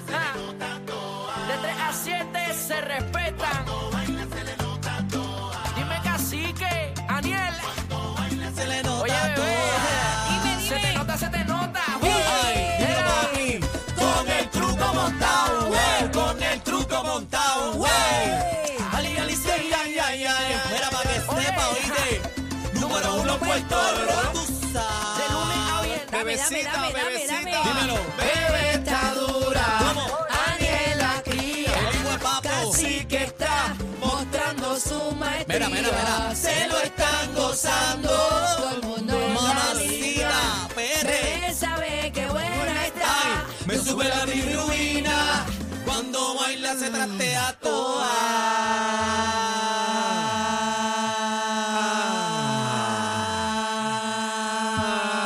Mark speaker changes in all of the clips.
Speaker 1: De 3 a 7 se respetan. Dime cacique, Aniel. Oye, bebé. Se te nota, se te nota. Mira,
Speaker 2: Con el truco montado, güey. Con el truco montado, güey. Ali, ali, sí, ay, ay, ay. Espera para que sepa, oíste. Número uno, Puerto Rico. Tú
Speaker 1: de
Speaker 2: sabes.
Speaker 1: lunes a viernes.
Speaker 2: Bebecita,
Speaker 3: dame, dame, dame,
Speaker 2: bebecita.
Speaker 3: dame.
Speaker 2: Dímelo. Bebe está dura. Vamos.
Speaker 3: Aniela cría,
Speaker 2: El mismo papo.
Speaker 3: así que está mostrando su
Speaker 2: Mira,
Speaker 3: maestría.
Speaker 2: mira, mira. Se lo están gozando.
Speaker 3: Todo el mundo en la liga.
Speaker 2: Mamacita, perre.
Speaker 3: Él sabe que buena está.
Speaker 2: Ay, me sube la bilirrubina cuando baila se trastea toda.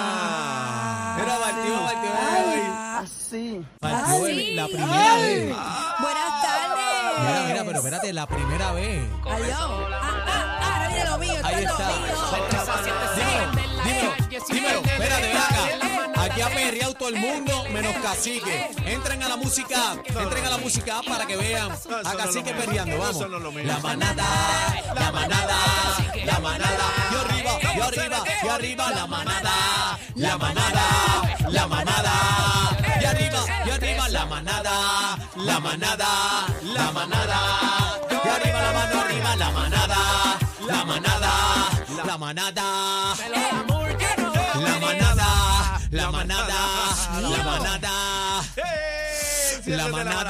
Speaker 2: Era partido, partido, era Así. Partió el- la primera vez.
Speaker 3: Buenas tardes.
Speaker 2: Mira, mira, pero espérate, la primera vez.
Speaker 3: Aló. Ah, ah, ah, ahora viene lo mío, esto
Speaker 2: Ahí
Speaker 3: es lo
Speaker 2: está.
Speaker 3: mío.
Speaker 2: Dímelo, dímelo, dímelo, espérate, ven acá. Aquí ha perreado todo el mundo menos Cacique. Entren a la música, app, entren a la música app para que vean a Cacique perreando, vamos. La manada, la manada, la manada. Y arriba, y arriba, y arriba, la manada, la manada, la manada. Y arriba, y arriba, la manada, la manada, la manada. Y arriba, la mano arriba, la manada, la manada, la manada. La manada, la manada, la manada.
Speaker 4: ¡Eh!
Speaker 2: La manada,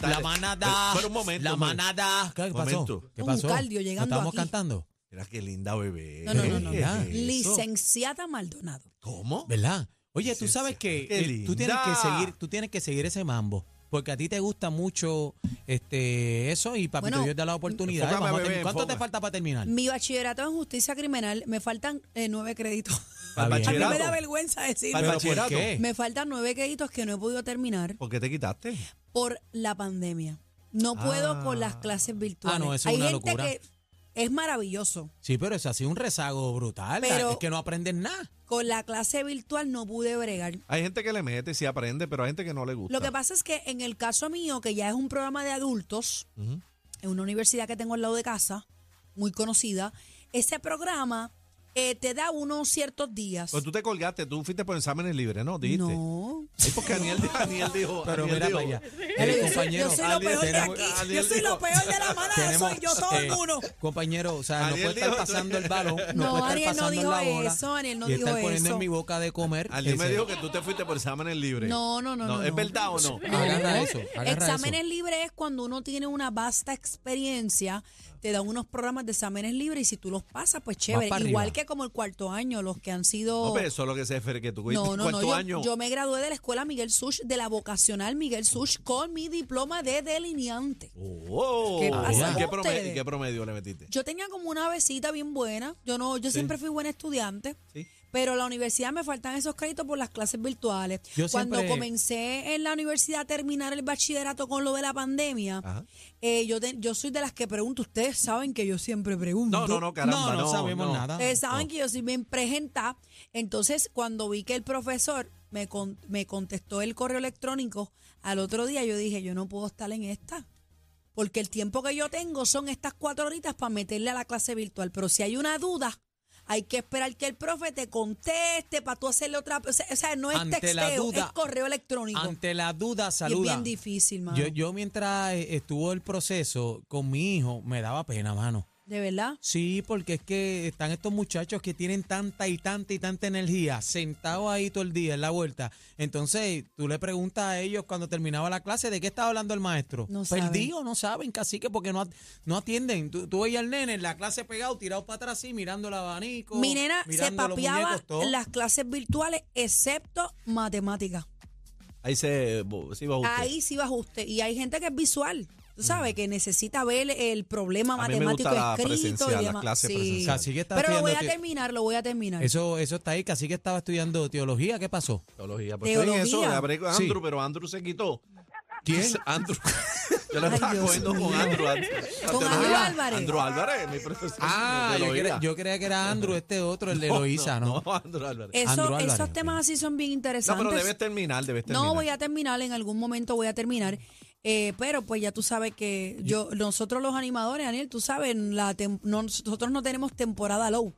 Speaker 2: la manada,
Speaker 4: Espera un momento,
Speaker 2: la
Speaker 4: un momento.
Speaker 2: manada. ¿Qué pasó?
Speaker 4: Momento.
Speaker 2: ¿Qué
Speaker 3: Un
Speaker 2: pasó?
Speaker 3: cardio llegando
Speaker 2: ¿No estamos
Speaker 3: aquí.
Speaker 2: cantando?
Speaker 4: Mira qué linda bebé.
Speaker 3: No, no, no, no.
Speaker 2: Mira eso.
Speaker 3: Licenciada Maldonado.
Speaker 4: ¿Cómo?
Speaker 2: ¿Verdad? Oye, tú sabes que
Speaker 4: Qué
Speaker 2: eh, tú tienes que
Speaker 4: linda.
Speaker 2: seguir, tú tienes que seguir ese mambo, porque a ti te gusta mucho este eso y papito
Speaker 3: Bueno,
Speaker 2: Dios te da la oportunidad.
Speaker 4: enfócame,
Speaker 2: Vamos a
Speaker 4: bebé,
Speaker 2: terminar. ¿Cuánto te
Speaker 4: enfócame.
Speaker 2: falta para terminar?
Speaker 3: Mi bachillerato en justicia criminal, me faltan eh, nueve créditos.
Speaker 2: Está bien.
Speaker 3: A mí me da
Speaker 4: Bachillerato.
Speaker 3: vergüenza
Speaker 4: Al
Speaker 2: ¿Pero
Speaker 3: decirlo.
Speaker 2: por
Speaker 4: bachillerato.
Speaker 2: qué?
Speaker 3: Me faltan nueve créditos que no he podido terminar.
Speaker 4: ¿Por qué te quitaste?
Speaker 3: por la pandemia. No puedo con las clases virtuales.
Speaker 2: Ah, no, eso es
Speaker 3: Hay
Speaker 2: una
Speaker 3: gente
Speaker 2: locura.
Speaker 3: que es maravilloso.
Speaker 2: Sí, pero eso ha sido un rezago brutal.
Speaker 3: Pero-
Speaker 2: es que no aprendes nada.
Speaker 3: Con la clase virtual no pude bregar.
Speaker 4: Hay gente que le mete, sí aprende, pero hay gente que no le gusta.
Speaker 3: Lo que pasa es que en el caso mío, que ya es un programa de adultos, en una universidad que tengo al lado de casa, muy conocida, ese programa eh, te da unos ciertos días.
Speaker 4: Pero Pues tú te colgaste, tú fuiste por exámenes libres, ¿no? Dijiste.
Speaker 3: No.
Speaker 4: Es porque Aniel, Aniel dijo.
Speaker 2: Pero
Speaker 4: Aniel
Speaker 2: mira
Speaker 4: dijo,
Speaker 2: para allá.
Speaker 3: Ya
Speaker 2: Eh,
Speaker 3: lo- yo soy-
Speaker 2: compañero,
Speaker 3: yo soy lo peor de
Speaker 2: tenemos-
Speaker 3: aquí. Yo soy lo peor de la manada.
Speaker 2: tenemos,
Speaker 3: Soy yo todo
Speaker 2: eh,
Speaker 3: uno.
Speaker 2: Compañero, o sea, no
Speaker 4: Ariel
Speaker 2: puede estar
Speaker 4: dijo-
Speaker 2: pasando el balón.
Speaker 3: No,
Speaker 2: No, puede
Speaker 3: Ariel no
Speaker 2: estar pasando
Speaker 3: dijo
Speaker 2: la bola.
Speaker 3: eso, Ariel no
Speaker 2: y estar
Speaker 3: dijo
Speaker 2: poniendo
Speaker 3: eso.
Speaker 2: en mi boca de comer.
Speaker 4: Aniel me
Speaker 2: ese-
Speaker 4: dijo que tú te fuiste por exámenes libres.
Speaker 3: No, no, no, no,
Speaker 4: ¿Es
Speaker 3: no.
Speaker 4: verdad o no?
Speaker 2: Agarra eso. Agarra
Speaker 3: exámenes libres es cuando uno tiene una vasta experiencia, te dan unos programas de exámenes libres y si tú los pasas, pues chévere.
Speaker 2: para
Speaker 3: Igual
Speaker 2: arriba.
Speaker 3: que como el cuarto año, los que han sido...
Speaker 4: No, pero eso es lo que se refiere que tú
Speaker 3: No, no, no.
Speaker 4: cuarto
Speaker 3: Yo,
Speaker 4: año.
Speaker 3: yo me gradué de la escuela Miguel Sush, de la vocacional Miguel Sush, con mi diploma de delineante.
Speaker 4: Oh,
Speaker 3: ¿Qué pasa
Speaker 4: ¿y
Speaker 3: con
Speaker 4: qué, promedio,
Speaker 3: ustedes?
Speaker 4: y qué promedio le metiste?
Speaker 3: Yo tenía como una besita bien buena. Yo no, yo siempre fui buen estudiante. Pero la universidad me faltan esos créditos por las clases virtuales.
Speaker 2: Yo
Speaker 3: Cuando
Speaker 2: siempre-
Speaker 3: comencé en la universidad a terminar el bachillerato con lo de la pandemia, eh, yo, te- yo soy de las que pregunto. Ustedes saben que yo siempre pregunto.
Speaker 4: No, no, no,
Speaker 2: eso.
Speaker 4: caramba.
Speaker 2: no,
Speaker 4: No,
Speaker 2: no, sabemos
Speaker 4: no.
Speaker 2: nada.
Speaker 3: Ustedes saben que yo soy bien pregenta. Entonces, cuando vi que el profesor me, con- me contestó el correo electrónico al otro día, yo dije, yo no puedo estar en esta. Porque el tiempo que yo tengo son estas cuatro horitas para meterle a la clase virtual. Pero si hay una duda, hay que esperar que el profe te conteste para tú hacerle otra. O sea, o sea, no es
Speaker 2: Ante la
Speaker 3: texteo,
Speaker 2: duda-
Speaker 3: es correo electrónico.
Speaker 2: Ante la duda,
Speaker 3: y es
Speaker 2: saluda.
Speaker 3: bien difícil, mano.
Speaker 2: Yo, yo mientras eh, estuvo el proceso con mi hijo, me daba pena, mano.
Speaker 3: De verdad.
Speaker 2: Sí, porque es que están estos muchachos que tienen tanta y tanta y tanta energía sentados ahí todo el día en la vuelta. Entonces, tú le preguntas a ellos cuando terminaba la clase de qué estaba hablando el maestro.
Speaker 3: No saben.
Speaker 2: Perdido, no saben, casi que porque no, at- no atienden. Tú, tú veías al nene en la clase pegado, tirado para atrás así, mirando el abanico.
Speaker 3: Mi nena se
Speaker 2: mirando los
Speaker 3: papeaba
Speaker 2: muñecos, todo.
Speaker 3: las clases virtuales, excepto matemáticas.
Speaker 4: Ay, ahí se, se iba a usted.
Speaker 3: Ahí sí va ajuste. Y hay gente que es visual, tú sabes, que necesita ver el problema
Speaker 4: Mm. A mí me
Speaker 3: matemático
Speaker 4: gusta la
Speaker 3: escrito
Speaker 4: presencial,
Speaker 3: y
Speaker 4: la
Speaker 3: demás.
Speaker 4: clase presencial.
Speaker 3: Pero
Speaker 4: Así
Speaker 2: que está
Speaker 3: lo voy a
Speaker 2: estudiando-
Speaker 3: terminar, lo voy a terminar.
Speaker 2: Eso, eso está ahí, casi que estaba estudiando teología. ¿Qué pasó?
Speaker 4: Teología. Pues estoy en eso,
Speaker 3: Teología.
Speaker 4: le hablé con
Speaker 2: Sí.
Speaker 4: Andrew, pero Andrew se quitó.
Speaker 2: ¿Quién?
Speaker 4: Andrew. Yo le
Speaker 3: Ay,
Speaker 4: estaba
Speaker 3: Dios
Speaker 4: cogiendo
Speaker 3: mío.
Speaker 4: con Andrew. antes. La
Speaker 3: Con
Speaker 4: teología.
Speaker 3: Andrew Álvarez.
Speaker 4: Andrew Álvarez, mi profesor.
Speaker 2: Ah,
Speaker 4: de
Speaker 2: yo,
Speaker 4: teología.
Speaker 2: cre- yo creía que era Andrew, este otro, el de Eloísa, ¿no?
Speaker 4: No, Andrew Álvarez.
Speaker 3: Eso-
Speaker 2: Andrew Álvarez,
Speaker 3: esos
Speaker 2: ok.
Speaker 3: temas así son bien
Speaker 4: No,
Speaker 3: interesantes.
Speaker 4: pero debes terminar, debes terminar.
Speaker 3: No, voy a terminar, en algún momento voy a terminar. Eh, pero pues ya tú sabes que yo nosotros los animadores, Daniel, tú sabes, la tem- no- nosotros no tenemos temporada low.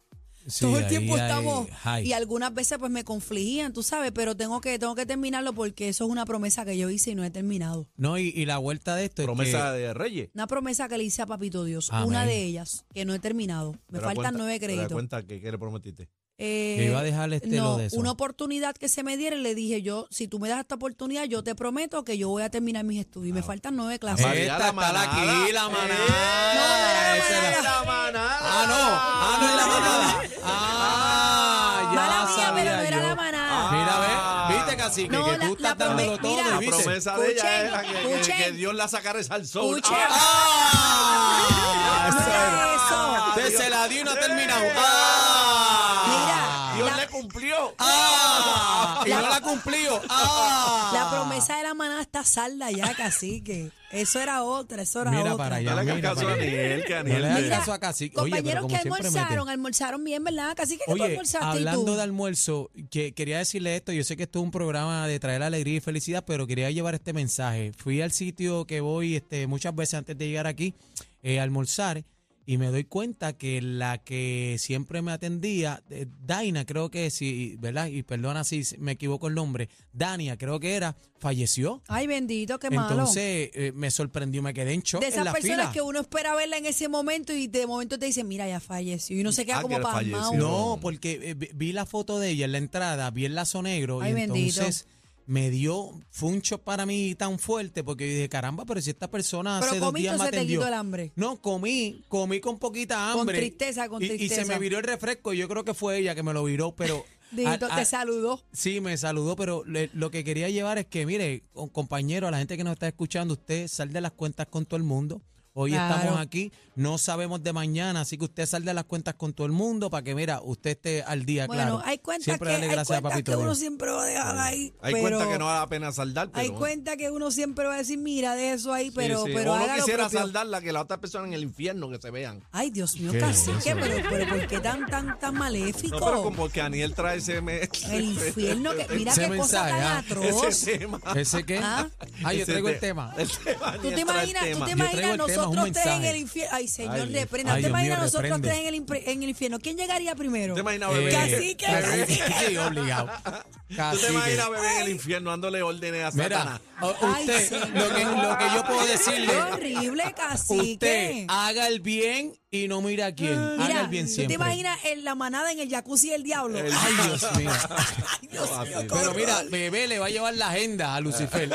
Speaker 2: Sí,
Speaker 3: Todo el
Speaker 2: ahí
Speaker 3: tiempo
Speaker 2: hay
Speaker 3: estamos
Speaker 2: high.
Speaker 3: y algunas veces pues me confligían, tú sabes, pero tengo que tengo que terminarlo porque eso es una promesa que yo hice y no he terminado.
Speaker 2: No, y, y la vuelta de esto es
Speaker 4: Promesa
Speaker 2: que-
Speaker 4: de Reyes.
Speaker 3: Una promesa que le hice a Papito Dios,
Speaker 2: Amén.
Speaker 3: una de ellas que no he terminado. Me
Speaker 4: Pero da
Speaker 3: faltan
Speaker 4: cuenta-
Speaker 3: nueve
Speaker 4: pero da
Speaker 3: créditos.
Speaker 4: cuenta que, que le prometiste.
Speaker 3: Eh,
Speaker 2: Que iba a dejar este
Speaker 3: no,
Speaker 2: lo de eso.
Speaker 3: una oportunidad que se me diera y le dije yo, si tú me das esta oportunidad, yo te prometo que yo voy a terminar mis estudios.
Speaker 2: Ah,
Speaker 3: Y me faltan nueve clases.
Speaker 4: María,
Speaker 2: Esta
Speaker 4: la
Speaker 2: está la
Speaker 4: manada. Eh,
Speaker 2: aquí, la manada.
Speaker 3: no, no,
Speaker 2: Esa
Speaker 3: no,
Speaker 2: es
Speaker 3: no,
Speaker 2: la-
Speaker 3: La
Speaker 4: manada.
Speaker 2: Ah, no. Ah, no es la manada. Ah, ya
Speaker 3: Mala mía,
Speaker 2: sabía
Speaker 3: pero no era
Speaker 2: yo. Ah,
Speaker 3: la manada.
Speaker 2: Mira, ve, viste, cacique,
Speaker 3: No,
Speaker 2: que
Speaker 3: la-
Speaker 2: tú
Speaker 3: la
Speaker 2: estás dándolo
Speaker 3: prome-
Speaker 2: todo,
Speaker 3: mira.
Speaker 4: Ah. La
Speaker 2: ¿viste?
Speaker 4: promesa de ella
Speaker 3: Escuchen,
Speaker 4: era que- que,
Speaker 3: escuchen.
Speaker 4: que Dios la sacara el salsón.
Speaker 3: Escuchen.
Speaker 2: Ah,
Speaker 3: No era eso.
Speaker 2: Te se la dio y no ha terminado.
Speaker 4: Eh.
Speaker 2: Ah,
Speaker 3: Mira,
Speaker 4: Dios
Speaker 3: la-
Speaker 4: le cumplió.
Speaker 2: ah, y
Speaker 3: La-
Speaker 2: no la ha cumplido. Ah.
Speaker 3: La promesa de la manada está salda ya, cacique. Eso era otra, eso era
Speaker 2: Mira
Speaker 3: otra.
Speaker 2: para allá.
Speaker 4: No le hagas
Speaker 2: mira
Speaker 4: caso
Speaker 2: para
Speaker 4: a
Speaker 2: allá.
Speaker 4: Daniel, que
Speaker 2: No le hagas
Speaker 4: Daniel.
Speaker 3: Mira,
Speaker 2: caso a cacique. Oye, pero
Speaker 3: compañeros
Speaker 2: como
Speaker 3: que
Speaker 2: siempre mete.
Speaker 3: almorzaron, almorzaron bien, ¿verdad? Cacique, que tú
Speaker 2: Oye,
Speaker 3: almorzaste y
Speaker 2: hablando
Speaker 3: tú.
Speaker 2: de almuerzo, que quería decirle esto. Yo sé que esto es un programa de traer alegría y felicidad, pero quería llevar este mensaje. Fui al sitio que voy este, muchas veces antes de llegar aquí eh, a almorzar y me doy cuenta que la que siempre me atendía, eh, Daina, creo que sí, ¿verdad? Y perdona si me equivoco el nombre, Dania, creo que era, falleció.
Speaker 3: Ay, bendito, qué malo.
Speaker 2: Entonces eh, me sorprendió, me quedé en shock
Speaker 3: de
Speaker 2: en
Speaker 3: esas
Speaker 2: la
Speaker 3: personas
Speaker 2: fila.
Speaker 3: que uno espera verla en ese momento y de momento te dicen, mira, ya falleció. Y uno se queda
Speaker 4: Ah,
Speaker 3: como
Speaker 4: que
Speaker 3: pasmado.
Speaker 4: falleció.
Speaker 2: No, porque eh, vi- vi la foto de ella en la entrada, vi el lazo negro
Speaker 3: Ay,
Speaker 2: y
Speaker 3: bendito.
Speaker 2: entonces me dio fue un shock para mí tan fuerte porque yo dije, caramba, pero si esta persona
Speaker 3: Pero
Speaker 2: hace dos
Speaker 3: comiste
Speaker 2: días
Speaker 3: o
Speaker 2: me
Speaker 3: se te
Speaker 2: atendió.
Speaker 3: quitó el hambre.
Speaker 2: No, comí, comí con poquita
Speaker 3: Con
Speaker 2: hambre.
Speaker 3: tristeza, con
Speaker 2: Y- Y,
Speaker 3: tristeza.
Speaker 2: se me viró el refresco y yo creo que fue ella que me lo viró, pero...
Speaker 3: Dito,
Speaker 2: al-
Speaker 3: te
Speaker 2: al-
Speaker 3: saludó.
Speaker 2: Sí, me saludó, pero le- lo que quería llevar es que, mire, com- compañero, a la gente que nos está escuchando, usted sal de las cuentas con todo el mundo. Hoy
Speaker 3: Claro.
Speaker 2: estamos aquí, no sabemos de mañana, así que usted sal de las cuentas con todo el mundo para que, mira, usted esté al día,
Speaker 3: Bueno,
Speaker 2: claro.
Speaker 3: hay cuentas
Speaker 2: Siempre
Speaker 3: que,
Speaker 2: dale
Speaker 3: hay
Speaker 2: gracias a
Speaker 3: cuentas
Speaker 2: Papito
Speaker 3: que uno
Speaker 2: Dios.
Speaker 3: siempre va a dejar ahí.
Speaker 4: Hay
Speaker 3: pero
Speaker 4: cuenta que no vale la pena saldar, pero
Speaker 3: Hay
Speaker 4: bueno.
Speaker 3: cuenta que uno siempre va a decir, mira, de eso ahí,
Speaker 4: Sí,
Speaker 3: pero,
Speaker 4: sí.
Speaker 3: pero
Speaker 4: o no
Speaker 3: haga lo
Speaker 4: quisiera
Speaker 3: propio.
Speaker 4: saldarla que la otra persona en el infierno que se vean.
Speaker 3: Ay, Dios mío,
Speaker 2: ¿Qué es
Speaker 3: cacique,
Speaker 2: eso?
Speaker 3: pero, pero ¿por qué tan, tan, tan maléfico?
Speaker 4: No, pero como que Aniel trae ese me-
Speaker 3: El infierno, que, mira
Speaker 2: Ese
Speaker 3: qué cosa
Speaker 2: mensaje,
Speaker 3: tan
Speaker 2: ah,
Speaker 3: atroz.
Speaker 4: ese tema.
Speaker 2: ¿Ese qué?
Speaker 3: Ah.
Speaker 2: Ah, yo
Speaker 4: Ese
Speaker 2: traigo el
Speaker 4: te-
Speaker 2: tema.
Speaker 4: el tema,
Speaker 3: ¿Tú
Speaker 4: Aniel trae
Speaker 3: te
Speaker 4: el
Speaker 3: imaginas,
Speaker 4: tema.
Speaker 3: tú te
Speaker 2: Yo traigo el tema,
Speaker 3: imaginas
Speaker 2: es un
Speaker 3: nosotros tres en
Speaker 2: mensaje.
Speaker 3: el infierno? Ay, señor,
Speaker 4: Dios.
Speaker 3: reprenda.
Speaker 2: Ay, Dios
Speaker 3: ¿Tú te
Speaker 2: mío,
Speaker 3: imaginas nosotros
Speaker 2: reprende.
Speaker 3: tres en el, impre- en el infierno? ¿Quién llegaría primero?
Speaker 4: ¿Tú te imaginas
Speaker 2: Eh,
Speaker 4: bebé?
Speaker 3: Cacique,
Speaker 2: bebé,
Speaker 3: cacique.
Speaker 2: Sí, obligado.
Speaker 4: ¿Tú te imaginas
Speaker 2: Cacique.
Speaker 4: bebé en el infierno dándole órdenes a
Speaker 2: Mira,
Speaker 4: Satanás?
Speaker 2: o-
Speaker 3: Ay,
Speaker 2: usted,
Speaker 3: señor.
Speaker 2: lo, que, lo que yo puedo decirle...
Speaker 3: Qué horrible, cacique.
Speaker 2: Usted haga el bien y no mira a quién. haga
Speaker 3: Ah. Mira,
Speaker 2: el bien siempre.
Speaker 3: ¿tú te imaginas en la manada en el jacuzzi del diablo?
Speaker 4: El-
Speaker 2: Ay, Dios mío.
Speaker 3: Ay, Dios mío,
Speaker 4: Pero
Speaker 3: qué
Speaker 2: Pero
Speaker 3: horror.
Speaker 2: mira, bebé le va a llevar la agenda a Lucifer.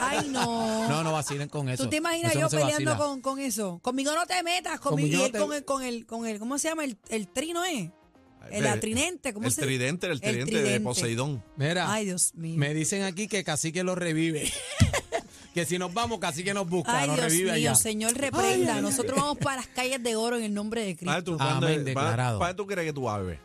Speaker 3: Ay, no.
Speaker 2: No, no vacilen con eso.
Speaker 3: ¿Tú te imaginas
Speaker 2: Eso no
Speaker 3: yo
Speaker 2: se
Speaker 3: peleando
Speaker 2: vacila.
Speaker 3: con, con eso? Conmigo no te metas,
Speaker 2: Conmigo
Speaker 3: conmigo, y
Speaker 2: no
Speaker 3: él
Speaker 2: te-
Speaker 3: con, el, con, el, con el, ¿cómo se llama? El, el trino, ¿eh? El
Speaker 4: Bebé,
Speaker 3: atrinente, ¿cómo
Speaker 4: el
Speaker 3: se
Speaker 4: tridente, el tridente, de
Speaker 3: tridente.
Speaker 4: Poseidón.
Speaker 2: Mira,
Speaker 3: Ay, Dios mío.
Speaker 2: me dicen aquí que Cacique lo revive. que si nos vamos, Cacique nos busca,
Speaker 3: Ay,
Speaker 2: nos
Speaker 3: Dios mío,
Speaker 2: revive allá.
Speaker 3: Señor, reprenda. Nosotros vamos para las calles de oro en el nombre de Cristo.
Speaker 4: Padre, ¿tú,
Speaker 2: Amén,
Speaker 4: cuándo- padre,
Speaker 2: declarado.
Speaker 4: padre, ¿tú crees que tú vas a beber?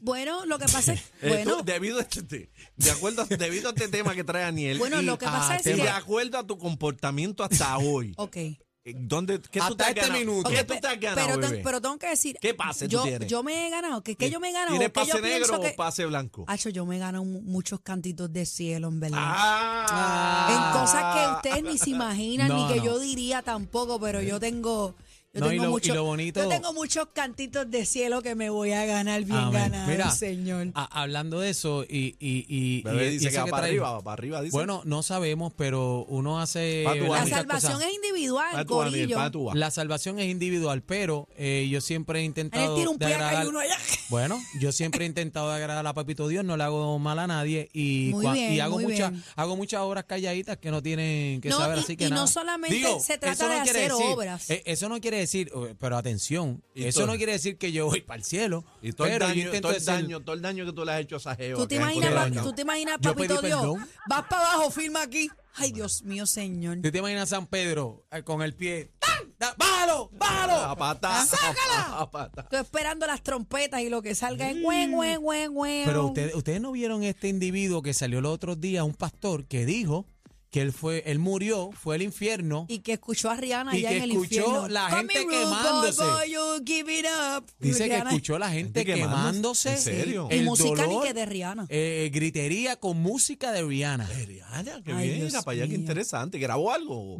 Speaker 3: Bueno, lo que pasa es,
Speaker 4: Ah, Eh,
Speaker 3: bueno,
Speaker 4: tú, debido a este, te- de acuerdo, a- debido a este tema que trae Aniel.
Speaker 3: bueno,
Speaker 4: y-
Speaker 3: lo que
Speaker 2: ah,
Speaker 3: pasa es
Speaker 4: y
Speaker 3: que,
Speaker 4: de acuerdo a tu comportamiento hasta hoy,
Speaker 3: ok.
Speaker 4: eh, ¿dónde, ¿qué tú
Speaker 2: Hasta
Speaker 4: te has
Speaker 2: este
Speaker 4: ganado?
Speaker 2: minuto.
Speaker 4: ¿Qué
Speaker 3: Ok,
Speaker 4: tú te has ganado,
Speaker 3: pero,
Speaker 4: bebé?
Speaker 3: ten- pero tengo que decir,
Speaker 4: ¿Qué pase tú
Speaker 3: yo,
Speaker 4: tienes?
Speaker 3: yo me he ganado, que, que yo me he ganado,
Speaker 4: ¿Tienes
Speaker 3: que yo
Speaker 4: pase negro
Speaker 3: pienso que,
Speaker 4: o pase blanco?
Speaker 3: Acho, yo me he ganado mu- muchos cantitos de cielo, en verdad.
Speaker 4: Ah.
Speaker 3: en cosas que ustedes ni se imaginan
Speaker 2: No,
Speaker 3: ni que
Speaker 2: no.
Speaker 3: yo diría tampoco, pero yo tengo yo
Speaker 2: No, y
Speaker 3: tengo
Speaker 2: lo- y
Speaker 3: mucho-
Speaker 2: lo bonito-
Speaker 3: yo tengo muchos cantitos de cielo que me voy a ganar bien
Speaker 2: Amén.
Speaker 3: ganado, señor.
Speaker 2: a- hablando de eso y, y, y,
Speaker 4: Bebé
Speaker 2: y- y
Speaker 4: dice que
Speaker 2: eso
Speaker 4: va para
Speaker 2: trae-
Speaker 4: arriba, va para arriba, dice.
Speaker 2: Bueno, no sabemos, pero uno hace...
Speaker 4: Pa' tu
Speaker 2: ¿verdad?
Speaker 3: la
Speaker 4: Juan,
Speaker 2: muchas
Speaker 3: salvación
Speaker 2: cosas.
Speaker 3: es individual,
Speaker 4: para tu Aniel,
Speaker 3: corillo.
Speaker 4: para tu
Speaker 2: La salvación es individual, pero eh, yo siempre he
Speaker 3: Él
Speaker 2: intentado...
Speaker 3: tira un
Speaker 2: de
Speaker 3: pie acá
Speaker 2: agradar-
Speaker 3: y uno allá.
Speaker 2: Bueno, yo siempre he intentado agradar a Papito Dios, no le hago mal a nadie y,
Speaker 3: Muy
Speaker 2: cua-
Speaker 3: bien,
Speaker 2: y hago
Speaker 3: muy
Speaker 2: muchas
Speaker 3: bien.
Speaker 2: hago muchas obras calladitas que no tienen que
Speaker 3: No,
Speaker 2: saber,
Speaker 3: y-
Speaker 2: así que
Speaker 3: y no
Speaker 2: nada.
Speaker 3: solamente se trata
Speaker 2: eso
Speaker 3: de
Speaker 2: quiere
Speaker 3: hacer
Speaker 2: decir-
Speaker 3: obras.
Speaker 2: eh, eso no quiere decir, eh, pero atención,
Speaker 4: Y
Speaker 2: eso
Speaker 4: todo-
Speaker 2: no quiere decir que yo voy para el cielo,
Speaker 4: Y todo el,
Speaker 2: pero yo
Speaker 4: daño,
Speaker 2: intento
Speaker 4: todo, el
Speaker 2: hacer-
Speaker 4: daño, todo el daño que tú le has hecho a esa jeva.
Speaker 3: ¿Tú
Speaker 4: que
Speaker 3: te,
Speaker 4: has
Speaker 3: imaginas,
Speaker 4: encontrado
Speaker 3: pa-
Speaker 4: acá.
Speaker 3: tú te imaginas,
Speaker 2: Yo
Speaker 3: papito
Speaker 2: pedí
Speaker 3: Dios,
Speaker 2: perdón.
Speaker 3: vas para abajo, firma aquí. Ay, Dios mío, señor.
Speaker 2: ¿Tú te imaginas San Pedro eh, con el pie? ¡Tan! ¡Da- ¡Bájalo! ¡Bájalo!
Speaker 4: A pata.
Speaker 3: ¡Sácala!
Speaker 4: A pata.
Speaker 3: Estoy esperando las trompetas y lo que salga es güen, güen, güen, güen.
Speaker 2: Mm. Pero ustedes, ustedes no vieron este individuo que salió los otros días, un pastor que dijo que él fue, él murió, fue al infierno.
Speaker 3: Y que escuchó a Rihanna
Speaker 2: Y
Speaker 3: allá
Speaker 2: que
Speaker 3: en el
Speaker 2: escuchó
Speaker 3: infierno.
Speaker 2: la
Speaker 3: Call
Speaker 2: gente
Speaker 3: me rude,
Speaker 2: quemándose.
Speaker 3: boy, boy, you give it up.
Speaker 2: Dice que
Speaker 3: Rihanna.
Speaker 2: escuchó a la gente
Speaker 4: Gente quemándose.
Speaker 2: quemándose.
Speaker 4: ¿En serio?
Speaker 3: Y
Speaker 2: el
Speaker 3: música ni
Speaker 2: dolor,
Speaker 3: que de Rihanna.
Speaker 2: eh, gritería con música de Rihanna.
Speaker 4: Rihanna, qué
Speaker 3: Ay,
Speaker 4: bien,
Speaker 3: Dios
Speaker 4: mira para allá, qué
Speaker 3: mío.
Speaker 4: interesante. ¿Grabó algo?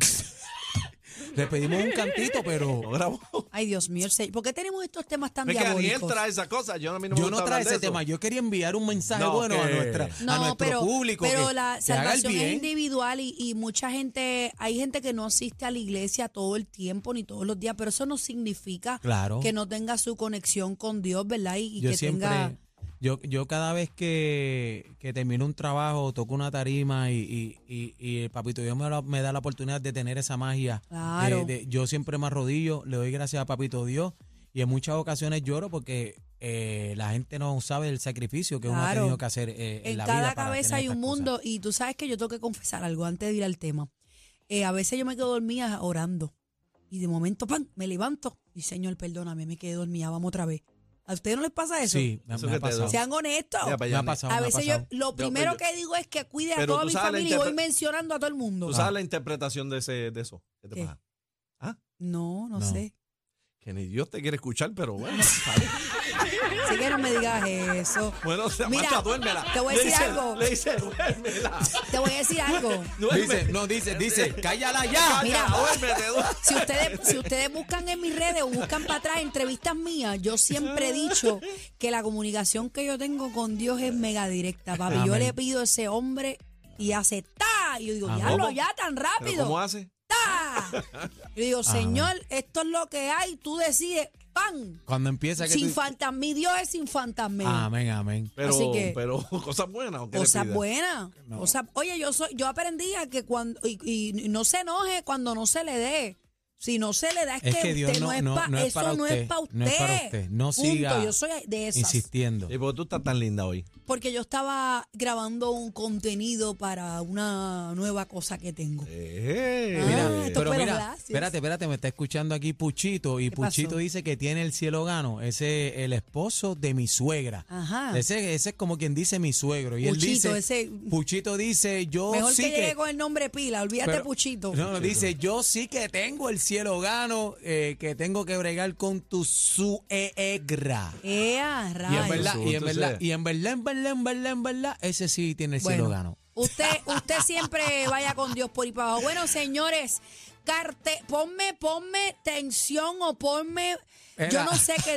Speaker 2: Le pedimos un cantito,
Speaker 4: ¿No
Speaker 2: pero
Speaker 4: grabó?
Speaker 3: Ay, Dios mío, el se- ¿por qué tenemos estos temas tan
Speaker 4: Es que Daniel
Speaker 3: diabólicos?
Speaker 4: trae esa cosa. Yo a mí no me
Speaker 2: yo
Speaker 4: gusta
Speaker 2: no
Speaker 4: hablar
Speaker 2: trae
Speaker 4: de
Speaker 2: ese
Speaker 4: eso.
Speaker 2: tema. Yo quería enviar un mensaje
Speaker 4: No,
Speaker 2: bueno a,
Speaker 4: que-
Speaker 2: nuestra, a nuestro público.
Speaker 3: pero
Speaker 2: que-
Speaker 3: la
Speaker 2: que haga el
Speaker 3: salvación es
Speaker 2: bien.
Speaker 3: individual y, y mucha gente, hay gente que no asiste a la iglesia todo el tiempo ni todos los días, pero eso no significa
Speaker 2: Claro.
Speaker 3: que no tenga su conexión con Dios, ¿verdad? Y, y
Speaker 2: yo
Speaker 3: que
Speaker 2: siempre,
Speaker 3: tenga...
Speaker 2: yo, yo cada vez que, que termino un trabajo, toco una tarima y, y, y- y el papito Dios me, da- me da la oportunidad de tener esa magia.
Speaker 3: Claro.
Speaker 2: De- de- yo siempre me arrodillo, le doy gracias a papito Dios y en muchas ocasiones lloro porque eh, la gente no sabe el sacrificio que uno ha
Speaker 3: Claro.
Speaker 2: tenido que hacer eh, en,
Speaker 3: En
Speaker 2: la
Speaker 3: cada
Speaker 2: vida para
Speaker 3: cabeza
Speaker 2: tener
Speaker 3: hay un
Speaker 2: estas cosas.
Speaker 3: mundo y tú sabes que yo tengo que confesar algo antes de ir al tema. Eh, a veces yo me quedo dormida orando y de momento, ¡pam!, me levanto y Señor, perdóname, me quedé dormida, vamos otra vez. ¿A ustedes no les pasa eso?
Speaker 2: Sí, me,
Speaker 4: Eso
Speaker 2: me ha
Speaker 4: que te
Speaker 2: pasado.
Speaker 4: doy.
Speaker 3: Sean honestos.
Speaker 4: Mira para
Speaker 2: Me ha
Speaker 4: allá, Daniel.
Speaker 2: pasado,
Speaker 3: A
Speaker 2: me ha
Speaker 3: veces yo
Speaker 2: pasado.
Speaker 4: pero
Speaker 3: lo primero
Speaker 4: yo-
Speaker 3: que digo es que cuide a
Speaker 4: Pero
Speaker 3: toda
Speaker 4: tú
Speaker 3: mi
Speaker 4: sabes la
Speaker 3: familia y voy
Speaker 4: interpre-
Speaker 3: mencionando a todo el mundo.
Speaker 4: ¿Tú sabes la interpretación de, ese, de eso? ¿Qué te
Speaker 3: ¿Qué?
Speaker 4: pasa?
Speaker 3: No, no,
Speaker 2: No.
Speaker 3: sé.
Speaker 4: Que ni Dios te quiere escuchar, pero bueno. ¿sabes?
Speaker 3: Así que no me digas eso.
Speaker 4: Bueno, se
Speaker 3: Mira,
Speaker 4: marcha, duérmela.
Speaker 3: te voy a
Speaker 4: Le
Speaker 3: decir
Speaker 4: dice-
Speaker 3: algo.
Speaker 4: Le dice, duérmela.
Speaker 3: Te voy a decir algo.
Speaker 2: Dice, no, dice, dice, cállala ya.
Speaker 3: Mira.
Speaker 4: duérmete, duérmete.
Speaker 3: Si ustedes, si ustedes buscan en mis redes o buscan para atrás entrevistas mías, yo siempre he dicho que la comunicación que yo tengo con Dios es mega directa, papi. Yo
Speaker 2: Amén.
Speaker 3: le pido a ese hombre y hace ta. Y yo digo,
Speaker 2: Amén.
Speaker 3: diablo,
Speaker 4: ¿Cómo?
Speaker 3: ya tan
Speaker 4: Pero
Speaker 3: rápido.
Speaker 4: ¿Cómo hace?
Speaker 3: ¡Ta! Yo digo, señor, esto es lo que hay, tú decides, pan.
Speaker 2: Cuando empieza que
Speaker 3: Sin
Speaker 2: tú- Ah,
Speaker 3: fantasma, mi Dios es sin fantasma.
Speaker 2: Amén, amén.
Speaker 4: Pero,
Speaker 3: Así que-
Speaker 4: pero cosas buenas. ¿o qué le
Speaker 3: Cosas
Speaker 4: pide?
Speaker 3: buenas. cosas- oye, yo soy, yo aprendí a que cuando y, y no se enoje cuando no se le dé. Si no se le da es,
Speaker 2: Es que Dios
Speaker 3: usted
Speaker 2: no- no-
Speaker 3: pa-
Speaker 2: no es
Speaker 3: eso
Speaker 2: para
Speaker 3: no es
Speaker 2: usted,
Speaker 3: para usted.
Speaker 2: no es para usted. No
Speaker 3: Punto.
Speaker 2: siga
Speaker 3: Yo soy de esas.
Speaker 2: Insistiendo.
Speaker 4: ¿Y por qué tú estás tan linda hoy?
Speaker 3: Porque yo estaba grabando un contenido para una nueva cosa que tengo.
Speaker 4: Eh,
Speaker 3: Ah. Mira,
Speaker 4: eh,
Speaker 3: esto-
Speaker 2: Pero
Speaker 3: Bueno,
Speaker 2: mira,
Speaker 3: gracias.
Speaker 2: espérate, espérate, me está escuchando aquí Puchito y
Speaker 3: ¿Qué pasó?
Speaker 2: Puchito dice que tiene el cielo gano, ese el esposo de mi suegra.
Speaker 3: Ajá.
Speaker 2: Ese, ese es como quien dice mi suegro y
Speaker 3: Puchito,
Speaker 2: él dice
Speaker 3: ese-
Speaker 2: Puchito dice, "Yo
Speaker 3: Mejor
Speaker 2: Oh, sí
Speaker 3: que llegue con el nombre pila, olvídate
Speaker 2: pero-
Speaker 3: Puchito.
Speaker 2: No, no, dice, "Yo sí que tengo el cielo gano, eh, que tengo que bregar con tu suegra."
Speaker 3: Ea,
Speaker 2: Y en
Speaker 3: rayos.
Speaker 2: verdad, y en
Speaker 4: Tú
Speaker 2: verdad,
Speaker 4: sabes.
Speaker 2: y en verdad, en verdad, en verdad, en verdad, ese sí tiene el cielo gano.
Speaker 3: Usted, usted siempre vaya con Dios por y para abajo. Bueno, señores, carte, ponme, ponme tensión o ponme. Yo
Speaker 2: Era-
Speaker 3: no sé qué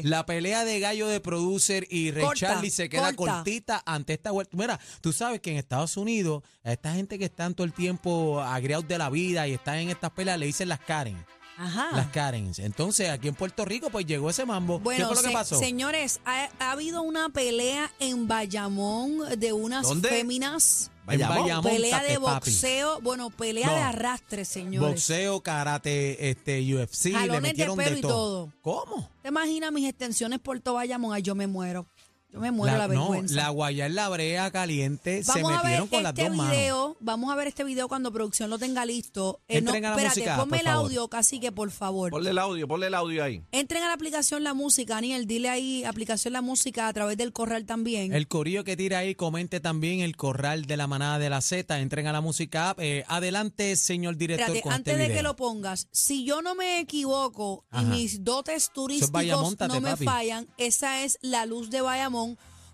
Speaker 2: Eh, La pelea de gallo de producer y Ray
Speaker 3: Corta,
Speaker 2: Charlie se queda
Speaker 3: corta.
Speaker 2: cortita ante esta vuelta. Mira, tú sabes que en Estados Unidos, a esta gente que está todo el tiempo agriados de la vida y están en estas peleas, le dicen las Karen.
Speaker 3: Ajá.
Speaker 2: Las Karen. Entonces, aquí en Puerto Rico, pues llegó ese mambo. ¿Qué
Speaker 3: Bueno,
Speaker 2: fue lo que
Speaker 3: se-
Speaker 2: pasó?
Speaker 3: señores, ha, ha habido una pelea en Bayamón de unas
Speaker 4: ¿Dónde?
Speaker 3: féminas.
Speaker 2: En
Speaker 4: Bayamón.
Speaker 2: Bayamón,
Speaker 3: Pelea de
Speaker 2: Tate, papi.
Speaker 3: boxeo, bueno, pelea
Speaker 2: No.
Speaker 3: de arrastre, señores.
Speaker 2: Boxeo, karate, este, UFC, le
Speaker 3: Jalones de
Speaker 2: metieron de,
Speaker 3: pelo y
Speaker 2: todo.
Speaker 3: todo.
Speaker 2: ¿Cómo?
Speaker 3: ¿Te imaginas mis extensiones por todo Bayamón? Ay, yo me muero. Yo me muero la,
Speaker 2: no,
Speaker 3: vergüenza.
Speaker 2: la guayá en la brea caliente se
Speaker 3: Vamos a ver
Speaker 2: metieron
Speaker 3: este
Speaker 2: con las dos manos.
Speaker 3: video, vamos a ver este video cuando producción lo tenga listo. Eh,
Speaker 2: Entren a la
Speaker 3: espérate,
Speaker 2: música,
Speaker 3: ponme
Speaker 2: por
Speaker 3: el
Speaker 2: favor.
Speaker 3: audio, casi que por favor.
Speaker 4: Ponle el audio, ponle el audio ahí.
Speaker 3: Entren a la aplicación La Música, Aniel, dile ahí aplicación La Música a través del corral también.
Speaker 2: El corillo que tira ahí, comente también el corral de la manada de la Z. Entren a la música app. Eh, adelante, señor director,
Speaker 3: Espérate,
Speaker 2: con
Speaker 3: antes
Speaker 2: este
Speaker 3: de que
Speaker 2: video.
Speaker 3: lo pongas, si yo no me equivoco
Speaker 2: Ajá.
Speaker 3: y mis dotes turísticos
Speaker 2: Bayamón, Tate,
Speaker 3: no me
Speaker 2: papi.
Speaker 3: fallan, esa es la luz de Bayamón,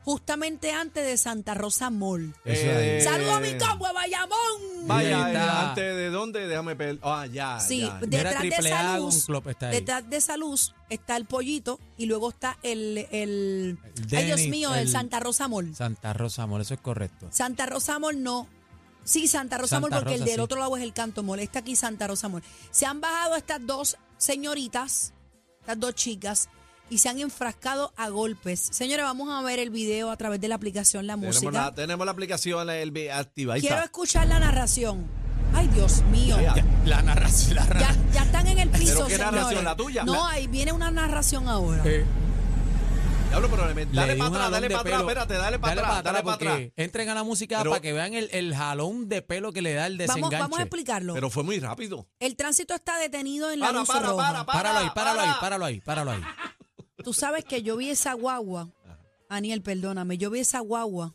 Speaker 3: justamente antes de Santa Rosa Mall.
Speaker 2: Eso ahí.
Speaker 4: Eh,
Speaker 3: ¡Saludos a mi combo de Bayamón!
Speaker 4: Vaya,
Speaker 2: Ahí
Speaker 4: eh,
Speaker 2: está.
Speaker 4: antes de dónde, déjame ver. Ah, ya.
Speaker 3: Sí,
Speaker 4: ya, ya.
Speaker 2: de-
Speaker 3: detrás de
Speaker 2: Triple
Speaker 3: esa
Speaker 2: A,
Speaker 3: luz,
Speaker 2: Gun Club está ahí.
Speaker 3: detrás de esa luz está el pollito y luego está el, el,
Speaker 2: El
Speaker 3: ay Dios
Speaker 2: Denny,
Speaker 3: mío, el,
Speaker 2: el-
Speaker 3: Santa Rosa Mall.
Speaker 2: Santa Rosa, amor, eso es correcto.
Speaker 3: Santa Rosa Mall no. Sí, Santa Rosa Mall,
Speaker 2: Santa
Speaker 3: porque el
Speaker 2: Rosa,
Speaker 3: del
Speaker 2: sí.
Speaker 3: otro lado es el canto Mall. Está aquí Santa Rosa Mall. Se han bajado estas dos señoritas, estas dos chicas, y se han enfrascado a golpes. Señora, vamos a ver el video a través de la aplicación La
Speaker 4: Tenemos
Speaker 3: Música.
Speaker 4: la, tenemos la aplicación el, vi- activa. Ahí
Speaker 3: Quiero
Speaker 4: está.
Speaker 3: escuchar la narración. Ay, Dios mío.
Speaker 4: Ya,
Speaker 3: Ya,
Speaker 4: ya.
Speaker 2: La narración. La narra-
Speaker 3: ya están en el piso,
Speaker 4: Pero qué narración,
Speaker 3: señores.
Speaker 4: la tuya.
Speaker 3: No,
Speaker 4: La-
Speaker 3: ahí viene una narración ahora.
Speaker 2: Eh,
Speaker 4: Diablo, pero le-
Speaker 2: le
Speaker 4: dale
Speaker 2: di
Speaker 4: para
Speaker 2: un
Speaker 4: atrás,
Speaker 2: jalón de
Speaker 4: dale para atrás,
Speaker 2: pelo.
Speaker 4: espérate, dale para atrás, dale para
Speaker 2: porque
Speaker 4: atrás.
Speaker 2: Entren a la música
Speaker 4: Pero-
Speaker 2: para que vean el, el jalón de pelo que le da el
Speaker 3: vamos,
Speaker 2: desenganche.
Speaker 3: vamos a explicarlo.
Speaker 4: Pero fue muy rápido.
Speaker 3: el tránsito está detenido en la
Speaker 4: Para,
Speaker 3: luz
Speaker 4: para,
Speaker 3: roja.
Speaker 4: para,
Speaker 2: Páralo ahí, páralo ahí,
Speaker 4: para.
Speaker 2: páralo ahí, páralo ahí.
Speaker 3: Tú sabes que yo vi esa guagua. Aniel, perdóname, yo vi esa guagua.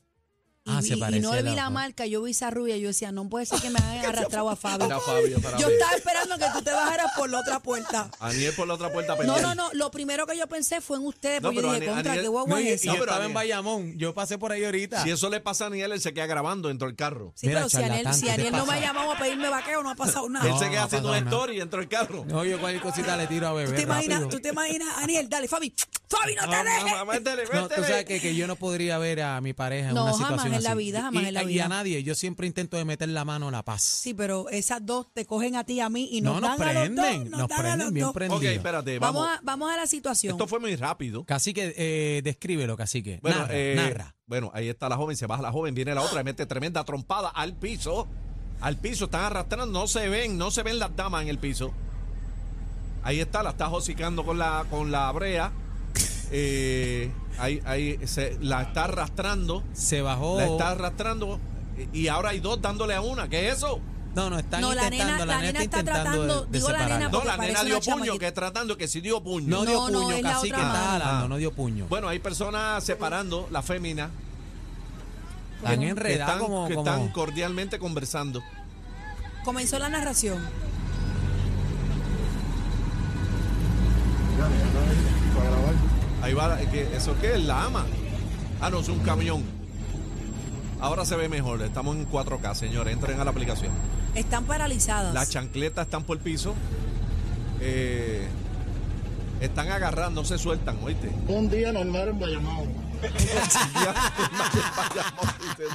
Speaker 3: Y,
Speaker 2: Ah,
Speaker 3: vi-
Speaker 2: se
Speaker 3: y
Speaker 2: parece
Speaker 3: no
Speaker 2: a
Speaker 3: le vi
Speaker 2: la-
Speaker 3: la marca, yo vi esa rubia. Yo decía, no puede ser que me hayan arrastrado a Fabio.
Speaker 4: Era Fabio para
Speaker 3: Yo
Speaker 4: mí.
Speaker 3: estaba esperando que tú te bajaras por la otra puerta.
Speaker 4: Aniel por la otra puerta
Speaker 3: No,
Speaker 4: pendiente.
Speaker 3: no, no. Lo primero que yo pensé fue en ustedes,
Speaker 4: Pues No,
Speaker 3: porque yo
Speaker 4: pero
Speaker 3: dije,
Speaker 4: Ani-
Speaker 3: contra,
Speaker 4: Aniel-
Speaker 3: qué guagua
Speaker 2: No, y,
Speaker 3: es
Speaker 2: y
Speaker 3: esa.
Speaker 4: No, pero
Speaker 2: estaba
Speaker 4: Aniel-
Speaker 2: en Bayamón. Yo pasé por ahí ahorita.
Speaker 4: Si eso le pasa a Aniel, él se queda grabando dentro del carro.
Speaker 3: Sí,
Speaker 2: Mira,
Speaker 3: pero si Aniel,
Speaker 2: charlatán,
Speaker 3: si
Speaker 2: ¿qué te
Speaker 3: Aniel no me ha
Speaker 2: pasa?
Speaker 3: llamado a pedirme vaqueo, no ha pasado nada.
Speaker 4: él se
Speaker 2: no,
Speaker 4: queda
Speaker 2: no
Speaker 4: haciendo
Speaker 2: pasa
Speaker 4: una
Speaker 2: nada.
Speaker 4: story dentro del carro.
Speaker 2: No, yo cualquier cosita le tiro a
Speaker 3: ¿Tú
Speaker 2: beber.
Speaker 3: te, imaginas,
Speaker 2: rápido.
Speaker 3: ¿Tú te imaginas, Aniel? Dale, Fabi. Fabi, no te
Speaker 4: Ah,
Speaker 3: dejes.
Speaker 4: ah, métele,
Speaker 2: No, tú
Speaker 4: métele.
Speaker 2: sabes que, que yo no podría ver a mi pareja en
Speaker 3: No,
Speaker 2: una
Speaker 3: jamás
Speaker 2: situación
Speaker 3: en la
Speaker 2: así.
Speaker 3: vida, jamás
Speaker 2: y,
Speaker 3: en la
Speaker 2: y
Speaker 3: vida.
Speaker 2: a nadie. Yo siempre intento de meter la mano a la paz.
Speaker 3: Sí, pero esas dos te cogen a ti y a mí y
Speaker 2: no,
Speaker 3: nos,
Speaker 2: nos
Speaker 3: dan a los dos,
Speaker 2: prenden, nos
Speaker 3: dan a los
Speaker 2: prenden bien
Speaker 3: dos.
Speaker 4: Ok,
Speaker 2: prendidos.
Speaker 4: espérate,
Speaker 3: Vamos,
Speaker 4: vamos.
Speaker 3: a, vamos a la situación.
Speaker 4: Esto fue muy rápido.
Speaker 2: Cacique, eh, descríbelo, cacique.
Speaker 4: Bueno,
Speaker 2: narra,
Speaker 4: eh,
Speaker 2: narra.
Speaker 4: bueno, ahí está la joven, se baja la joven, viene la otra, y mete tremenda trompada al piso. Al piso, están arrastrando, no se ven, no se ven las damas en el piso. Ahí está, la está jocicando con la, con la brea. Eh, ahí, ahí se, la está arrastrando.
Speaker 2: Se bajó.
Speaker 4: La está arrastrando. eh, Y ahora hay dos dándole a una. ¿Qué es eso?
Speaker 2: No, no, están
Speaker 3: No, la
Speaker 2: intentando.
Speaker 3: nena- la nena está
Speaker 2: intentando
Speaker 3: tratando-
Speaker 2: de, de
Speaker 3: digo la nena
Speaker 2: separarlo.
Speaker 4: No,
Speaker 3: Porque
Speaker 4: la
Speaker 3: parece
Speaker 4: nena
Speaker 3: una
Speaker 4: dio puño,
Speaker 3: chamaquita.
Speaker 4: que tratando que sí dio puño.
Speaker 2: No, dio
Speaker 3: No, no,
Speaker 2: puño,
Speaker 3: es la
Speaker 2: cacique,
Speaker 3: otra
Speaker 2: está
Speaker 3: mano.
Speaker 2: jalando,
Speaker 4: Ah.
Speaker 2: no dio puño.
Speaker 4: Bueno, hay personas separando la fémina
Speaker 2: están
Speaker 4: que
Speaker 2: enredados
Speaker 4: están,
Speaker 2: como.
Speaker 4: que
Speaker 2: como-
Speaker 4: están cordialmente conversando.
Speaker 3: Comenzó la narración.
Speaker 4: Ahí va, la- que- ¿eso qué es? La ama. Ah, no, es un camión. Ahora se ve mejor, estamos en 4K, señores, entren a la aplicación.
Speaker 3: Están paralizadas.
Speaker 4: Las chancletas están por el piso. Eh, están agarrando, no se sueltan, oíste.
Speaker 5: Un día normal en Bayamón.
Speaker 4: Un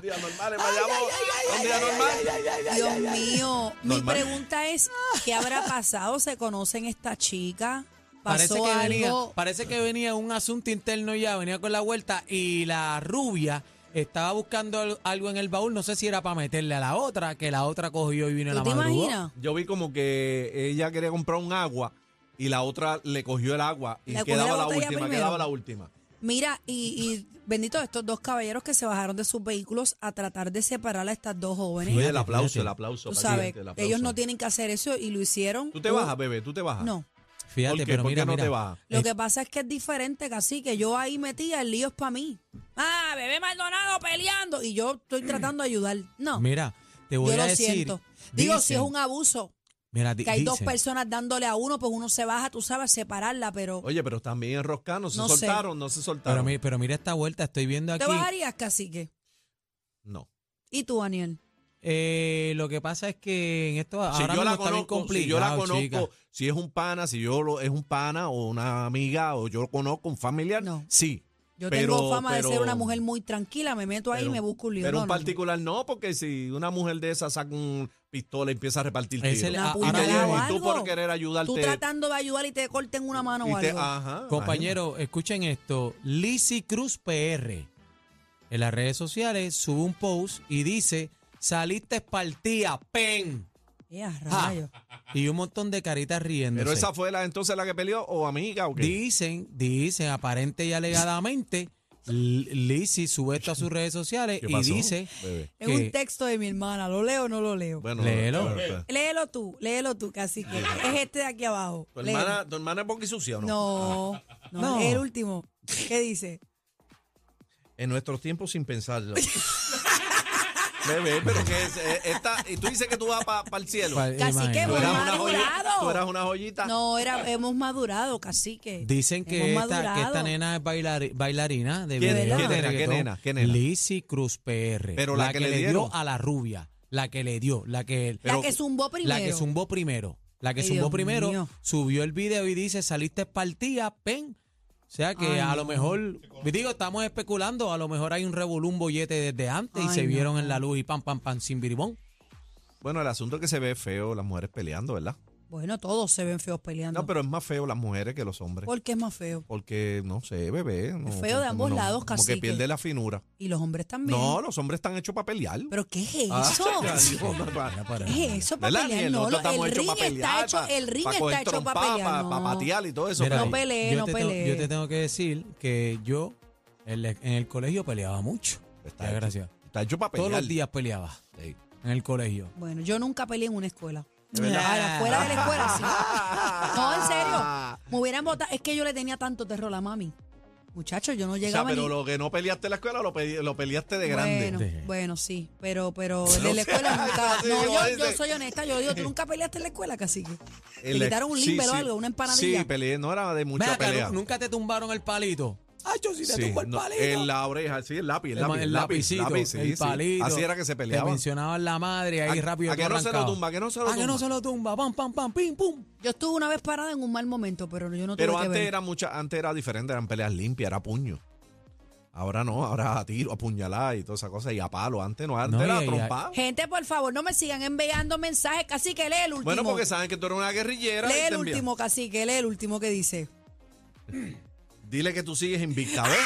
Speaker 4: día normal en Bayamón, un día normal.
Speaker 3: Dios mío. Mi
Speaker 4: Normal.
Speaker 3: pregunta es, ¿qué habrá pasado? ¿Se conocen esta chica?
Speaker 2: Parece
Speaker 3: ¿Pasó
Speaker 2: que, venía,
Speaker 3: algo?
Speaker 2: parece que venía un asunto interno ya, venía con la vuelta y la rubia estaba buscando al- algo en el baúl, no sé si era para meterle a la otra, que la otra cogió y vino en la
Speaker 3: ¿Tú te
Speaker 2: madrugada.
Speaker 3: imaginas?
Speaker 4: Yo vi como que ella quería comprar un agua y la otra le cogió el agua y
Speaker 3: Le cogió
Speaker 4: quedaba
Speaker 3: la
Speaker 4: la
Speaker 3: botella
Speaker 4: última,
Speaker 3: primero.
Speaker 4: quedaba la última.
Speaker 3: Mira, y, y bendito estos dos caballeros que se bajaron de sus vehículos a tratar de separar a estas dos jóvenes.
Speaker 4: Y el
Speaker 2: Fíjate,
Speaker 4: aplauso,
Speaker 2: fíjate.
Speaker 4: el aplauso.
Speaker 3: Tú
Speaker 4: para
Speaker 3: sabes,
Speaker 4: Cliente, el aplauso.
Speaker 3: ellos no tienen que hacer eso y lo hicieron.
Speaker 4: Tú te
Speaker 3: Uh,
Speaker 4: bajas, bebé, tú te bajas.
Speaker 3: No.
Speaker 2: Fíjate,
Speaker 4: ¿Por qué?
Speaker 2: pero
Speaker 4: ¿Por qué
Speaker 2: mira,
Speaker 4: no
Speaker 2: mira.
Speaker 4: te baja?
Speaker 3: Lo
Speaker 2: Eh,
Speaker 3: que pasa es que es diferente, casi que yo ahí metía el lío es para mí. Ah, bebé Maldonado peleando y yo estoy tratando de ayudar. No,
Speaker 2: Mira, te voy
Speaker 3: yo
Speaker 2: a
Speaker 3: lo
Speaker 2: decir.
Speaker 3: siento. Digo, si es
Speaker 2: dicen-
Speaker 3: un abuso,
Speaker 2: Mira, di-
Speaker 3: que hay dos
Speaker 2: dicen,
Speaker 3: personas dándole a uno, pues uno se baja, tú sabes, a separarla, pero
Speaker 4: Oye, pero también enroscados, no se
Speaker 3: No sé.
Speaker 4: soltaron, no se soltaron.
Speaker 2: Pero, mi- pero mira esta vuelta, estoy viendo
Speaker 3: te
Speaker 2: aquí.
Speaker 3: bajarías, cacique.
Speaker 4: no.
Speaker 3: ¿Y tú, Daniel?
Speaker 2: eh, lo que pasa es que en esto
Speaker 4: Si
Speaker 2: ahora
Speaker 4: yo,
Speaker 2: mismo
Speaker 4: la
Speaker 2: está bien
Speaker 4: conozco, si yo la
Speaker 2: complicado,
Speaker 4: conozco,
Speaker 2: chica.
Speaker 4: si es un pana, si yo lo, es un pana o una amiga o yo lo conozco, un familiar,
Speaker 3: No.
Speaker 4: sí.
Speaker 3: Yo
Speaker 4: Pero-
Speaker 3: tengo fama
Speaker 4: pero-
Speaker 3: de ser una mujer muy tranquila, me meto ahí
Speaker 4: pero-
Speaker 3: y me busco un lío.
Speaker 4: Pero
Speaker 3: No,
Speaker 4: un
Speaker 3: no, no.
Speaker 4: particular no, porque si una mujer de esa saca un pistola y empieza a repartir
Speaker 2: Ese
Speaker 4: tiros.
Speaker 2: le- Ah,
Speaker 4: Y,
Speaker 3: Una
Speaker 2: ahora
Speaker 4: te
Speaker 3: puñalada
Speaker 4: lleva-
Speaker 3: o
Speaker 4: y tú
Speaker 3: algo.
Speaker 4: por querer ayudarte.
Speaker 3: Tú tratando de ayudar y te corten una mano o
Speaker 4: y te- ah,
Speaker 3: algo.
Speaker 4: ajá,
Speaker 2: Compañero, escuchen esto. Lizzy Cruz PR en las redes sociales sube un post y dice: Saliste partida, pen.
Speaker 3: Ya,
Speaker 4: ah.
Speaker 2: Ja.
Speaker 3: Eh, rayos.
Speaker 2: Y un montón de caritas riendo.
Speaker 4: imagínate. Pero esa fue la entonces la que peleó o amiga o qué.
Speaker 2: Dicen, dicen, aparente y alegadamente, Lizzy sube esto a sus redes sociales
Speaker 4: ¿Qué
Speaker 2: y
Speaker 4: pasó,
Speaker 2: dice:
Speaker 4: bebé?
Speaker 3: Es un
Speaker 2: que-
Speaker 3: texto de mi hermana, ¿lo leo o no lo leo?
Speaker 4: Bueno, eh,
Speaker 2: Léelo.
Speaker 4: espera, espera.
Speaker 3: Léelo tú, léelo tú, cacique. Es este de aquí abajo.
Speaker 4: ¿Tu
Speaker 3: Léelo.
Speaker 4: hermana, ¿Tu hermana es boqui sucia o no? Ah.
Speaker 3: No, no,
Speaker 2: No.
Speaker 3: el último. ¿Qué dice?
Speaker 4: En nuestros tiempos sin pensarlo. Bebé, pero que es, eh, esta, y tú dices que tú vas para el cielo.
Speaker 2: ¿Cuál-
Speaker 3: Cacique,
Speaker 2: imagínate?
Speaker 4: Tú
Speaker 3: hemos
Speaker 4: eras una
Speaker 3: madurado.
Speaker 4: joyita. Tú eras una joyita.
Speaker 3: No, era, hemos madurado, cacique.
Speaker 2: Dicen que
Speaker 3: Hemos
Speaker 2: esta, que esta
Speaker 3: madurado.
Speaker 2: nena es bailari- bailarina de
Speaker 4: ¿Quién-
Speaker 2: video
Speaker 3: qué
Speaker 2: de
Speaker 4: nena, qué
Speaker 2: reggaetón.
Speaker 4: nena, qué nena?
Speaker 2: Lizzy Cruz PR.
Speaker 4: Pero la que le dieron.
Speaker 2: dio a la rubia. La que le dio. La que,
Speaker 3: La que zumbó primero.
Speaker 2: La que zumbó primero. La que
Speaker 3: Ay,
Speaker 2: zumbó
Speaker 3: Dios
Speaker 2: primero
Speaker 3: mío.
Speaker 2: subió el video y dice, saliste partida, pen. O sea que
Speaker 3: Ay,
Speaker 2: a
Speaker 3: no.
Speaker 2: lo mejor, digo, estamos especulando, a lo mejor hay un revolú, un bollete desde antes y
Speaker 3: Ay,
Speaker 2: se
Speaker 3: no.
Speaker 2: vieron en la luz y pam, pam, pam, sin biribón.
Speaker 4: Bueno, el asunto es que se ve feo las mujeres peleando, ¿verdad?
Speaker 3: Bueno, todos se ven feos peleando.
Speaker 4: No, pero es más feo las mujeres que los hombres.
Speaker 3: ¿Por qué es más feo?
Speaker 4: Porque, no sé, bebé. No,
Speaker 3: Es feo de
Speaker 4: no,
Speaker 3: ambos
Speaker 4: no,
Speaker 3: lados,
Speaker 4: Como que
Speaker 3: cacique.
Speaker 4: pierde la finura.
Speaker 3: Y los hombres también.
Speaker 4: No, los hombres están hechos para pelear.
Speaker 3: ¿Pero qué es
Speaker 4: Ah,
Speaker 3: eso?
Speaker 4: ya, Dios,
Speaker 2: Mira
Speaker 4: para-
Speaker 2: para allá.
Speaker 3: ¿Qué es eso para
Speaker 4: ¿Verdad,
Speaker 3: pelear?
Speaker 4: Aniel?
Speaker 3: No,
Speaker 4: Nosotros
Speaker 3: lo-
Speaker 4: estamos
Speaker 3: el
Speaker 4: hechos
Speaker 3: ring
Speaker 4: para
Speaker 3: está
Speaker 4: pelear,
Speaker 3: hecho, el ring
Speaker 4: para coger
Speaker 3: está hecho para
Speaker 4: trompa,
Speaker 3: pelear.
Speaker 4: Para
Speaker 3: no.
Speaker 4: patear y todo eso.
Speaker 2: Mira,
Speaker 4: pero-
Speaker 3: No pelee,
Speaker 2: yo
Speaker 3: no
Speaker 2: te tengo-
Speaker 3: pelee.
Speaker 2: Yo te tengo que decir que yo en, la- en el colegio peleaba mucho.
Speaker 4: Está
Speaker 2: Ya,
Speaker 4: hecho.
Speaker 2: gracias.
Speaker 4: Está hecho para pelear.
Speaker 2: Todos los días peleaba
Speaker 4: Sí.
Speaker 2: en el colegio.
Speaker 3: Bueno, yo nunca peleé en una escuela.
Speaker 4: ¿De verdad?
Speaker 3: Ahora, fuera de la escuela, sí. No, en serio. Me hubieran votado. Es que yo le tenía tanto terror a la mami. Muchachos, yo no
Speaker 4: O sea,
Speaker 3: llegaba
Speaker 4: pero
Speaker 3: ni...
Speaker 4: lo que no peleaste en la escuela lo, pe- lo peleaste de grande.
Speaker 3: Bueno,
Speaker 2: Sí.
Speaker 3: bueno, sí, pero, pero de la escuela nunca.
Speaker 4: Sí,
Speaker 3: No,
Speaker 4: como
Speaker 3: yo,
Speaker 4: dice.
Speaker 3: yo soy honesta, yo digo, tú nunca peleaste en la escuela, cacique. Te
Speaker 4: El-
Speaker 3: quitaron un
Speaker 4: sí,
Speaker 3: limber o
Speaker 4: sí.
Speaker 3: algo, una empanadilla.
Speaker 4: Sí, peleé, no era de mucha
Speaker 2: Ven acá,
Speaker 4: pelea.
Speaker 2: nu- nunca te tumbaron el palito. Ah, yo sí te
Speaker 4: Sí,
Speaker 2: tumbo el
Speaker 4: no,
Speaker 2: palito.
Speaker 4: en la oreja, sí, el lápiz, el, lápiz, el lápiz,
Speaker 2: lapicito,
Speaker 4: lápiz, sí,
Speaker 2: el
Speaker 4: sí.
Speaker 2: palito.
Speaker 4: Así era que se
Speaker 2: Te
Speaker 4: peleaban.
Speaker 2: mencionaban la madre ahí
Speaker 4: A-
Speaker 2: rápido.
Speaker 4: a
Speaker 2: tú
Speaker 4: que no se lo
Speaker 2: arrancabas.
Speaker 4: tumba, a que no se lo
Speaker 2: A que
Speaker 4: tumba.
Speaker 2: no se lo tumba. Pam, pam, pam, pim, pum.
Speaker 3: Yo estuve una vez parada en un mal momento, pero yo no tuve
Speaker 4: Pero
Speaker 3: que
Speaker 4: antes
Speaker 3: ver.
Speaker 4: era mucha, antes era diferente, eran peleas limpias, era puño. Ahora no, ahora a tiro, a puñalada y toda esa cosa, y a palo. Antes no, antes
Speaker 2: No,
Speaker 4: era
Speaker 2: y- y-
Speaker 4: trompada.
Speaker 3: Gente, por favor, no me sigan enviando mensajes, cacique, lee el último.
Speaker 4: Bueno, porque saben que tú eres una guerrillera. y
Speaker 3: Lee el
Speaker 4: te envían.
Speaker 3: último, cacique, lee el último que dice.
Speaker 4: Dile que tú sigues invicta, ¿ves?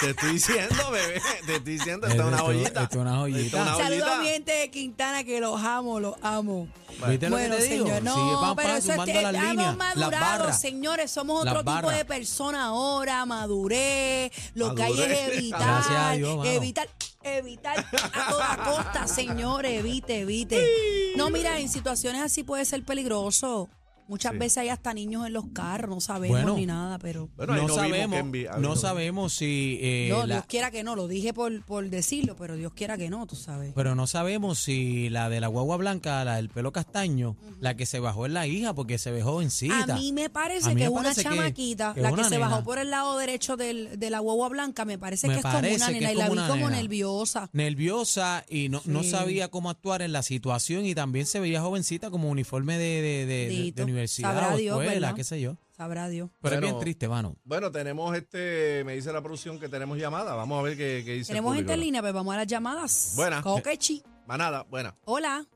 Speaker 4: Te estoy diciendo, bebé. Te estoy diciendo, esta es una
Speaker 2: Esto-
Speaker 4: joyita.
Speaker 2: esto es una joyita.
Speaker 4: Esta es una
Speaker 3: Saludos a mi
Speaker 4: joyita.
Speaker 3: gente de Quintana, que los amo, los amo.
Speaker 2: ¿Viste lo que
Speaker 3: bueno,
Speaker 2: te digo?
Speaker 3: señor, no,
Speaker 2: Sigue pam, pam,
Speaker 3: pero eso
Speaker 2: zumbando
Speaker 3: es,
Speaker 2: las
Speaker 3: hemos
Speaker 2: líneas, las
Speaker 3: madurado,
Speaker 2: barras.
Speaker 3: señores, somos
Speaker 2: Las
Speaker 3: otro tipo
Speaker 2: barras.
Speaker 3: de persona ahora, maduré, lo que hay
Speaker 4: Maduré.
Speaker 3: es evitar,
Speaker 2: Gracias a Dios, mano.
Speaker 3: evitar, evitar a toda costa, señores, evite, evite. No, mira, en situaciones así puede ser peligroso. Muchas
Speaker 4: Sí.
Speaker 3: veces hay hasta niños en los carros, no sabemos
Speaker 2: Bueno.
Speaker 3: ni nada, pero
Speaker 4: Bueno, ahí
Speaker 2: no,
Speaker 4: no vimos
Speaker 2: sabemos,
Speaker 4: que envi- ahí no
Speaker 2: no
Speaker 4: vimos.
Speaker 2: sabemos si eh,
Speaker 3: No,
Speaker 2: la-
Speaker 3: Dios quiera que no, lo dije por, por decirlo, pero Dios quiera que no, tú sabes.
Speaker 2: Pero no sabemos si la de la guagua blanca, la del pelo castaño, la que se bajó es la hija porque se ve jovencita.
Speaker 3: A mí me parece
Speaker 2: A mí
Speaker 3: que
Speaker 2: me
Speaker 3: es una
Speaker 2: parece que-
Speaker 3: chamaquita,
Speaker 2: que
Speaker 3: la
Speaker 2: una
Speaker 3: que se
Speaker 2: nena.
Speaker 3: bajó por el lado derecho del- de la guagua blanca, me parece
Speaker 2: Me
Speaker 3: que es como
Speaker 2: parece
Speaker 3: una
Speaker 2: que
Speaker 3: nena
Speaker 2: es
Speaker 3: y la
Speaker 2: como
Speaker 3: vi
Speaker 2: una
Speaker 3: como
Speaker 2: nena.
Speaker 3: nerviosa.
Speaker 2: Nerviosa y no, no
Speaker 3: Sí.
Speaker 2: sabía cómo actuar en la situación y también se veía jovencita como uniforme de, de, de- de- de
Speaker 3: Dito.
Speaker 2: universidad
Speaker 3: Sabrá
Speaker 2: o
Speaker 3: Dios,
Speaker 2: escuela,
Speaker 3: ¿verdad?
Speaker 2: qué sé yo.
Speaker 3: Sabrá Dios.
Speaker 2: Pero es
Speaker 4: Bueno,
Speaker 2: bien triste, mano.
Speaker 4: Bueno, tenemos este. Me dice la producción que tenemos llamada. Vamos a ver qué, qué dice. el
Speaker 3: Tenemos
Speaker 4: público.
Speaker 3: gente en línea, pues vamos a las llamadas.
Speaker 4: Buena.
Speaker 3: Coquechi.
Speaker 4: Manada, buena.
Speaker 3: Hola.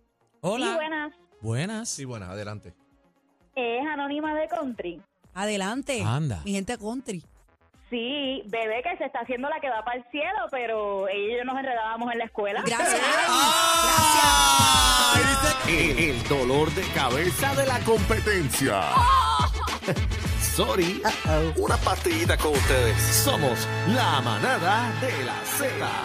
Speaker 2: Hola.
Speaker 6: Sí, buenas.
Speaker 2: Buenas.
Speaker 4: Sí, buena, adelante.
Speaker 6: Es Anónima de Country.
Speaker 3: Adelante.
Speaker 2: Anda.
Speaker 3: Mi gente country.
Speaker 6: Sí, bebé que se está haciendo la que va para el cielo, pero ella y yo nos enredábamos en la escuela.
Speaker 3: Gracias.
Speaker 2: ¡Ah!
Speaker 4: Ah,
Speaker 7: El, el dolor de cabeza de la competencia. Sorry. Una partidita con ustedes. Somos la manada de la Z.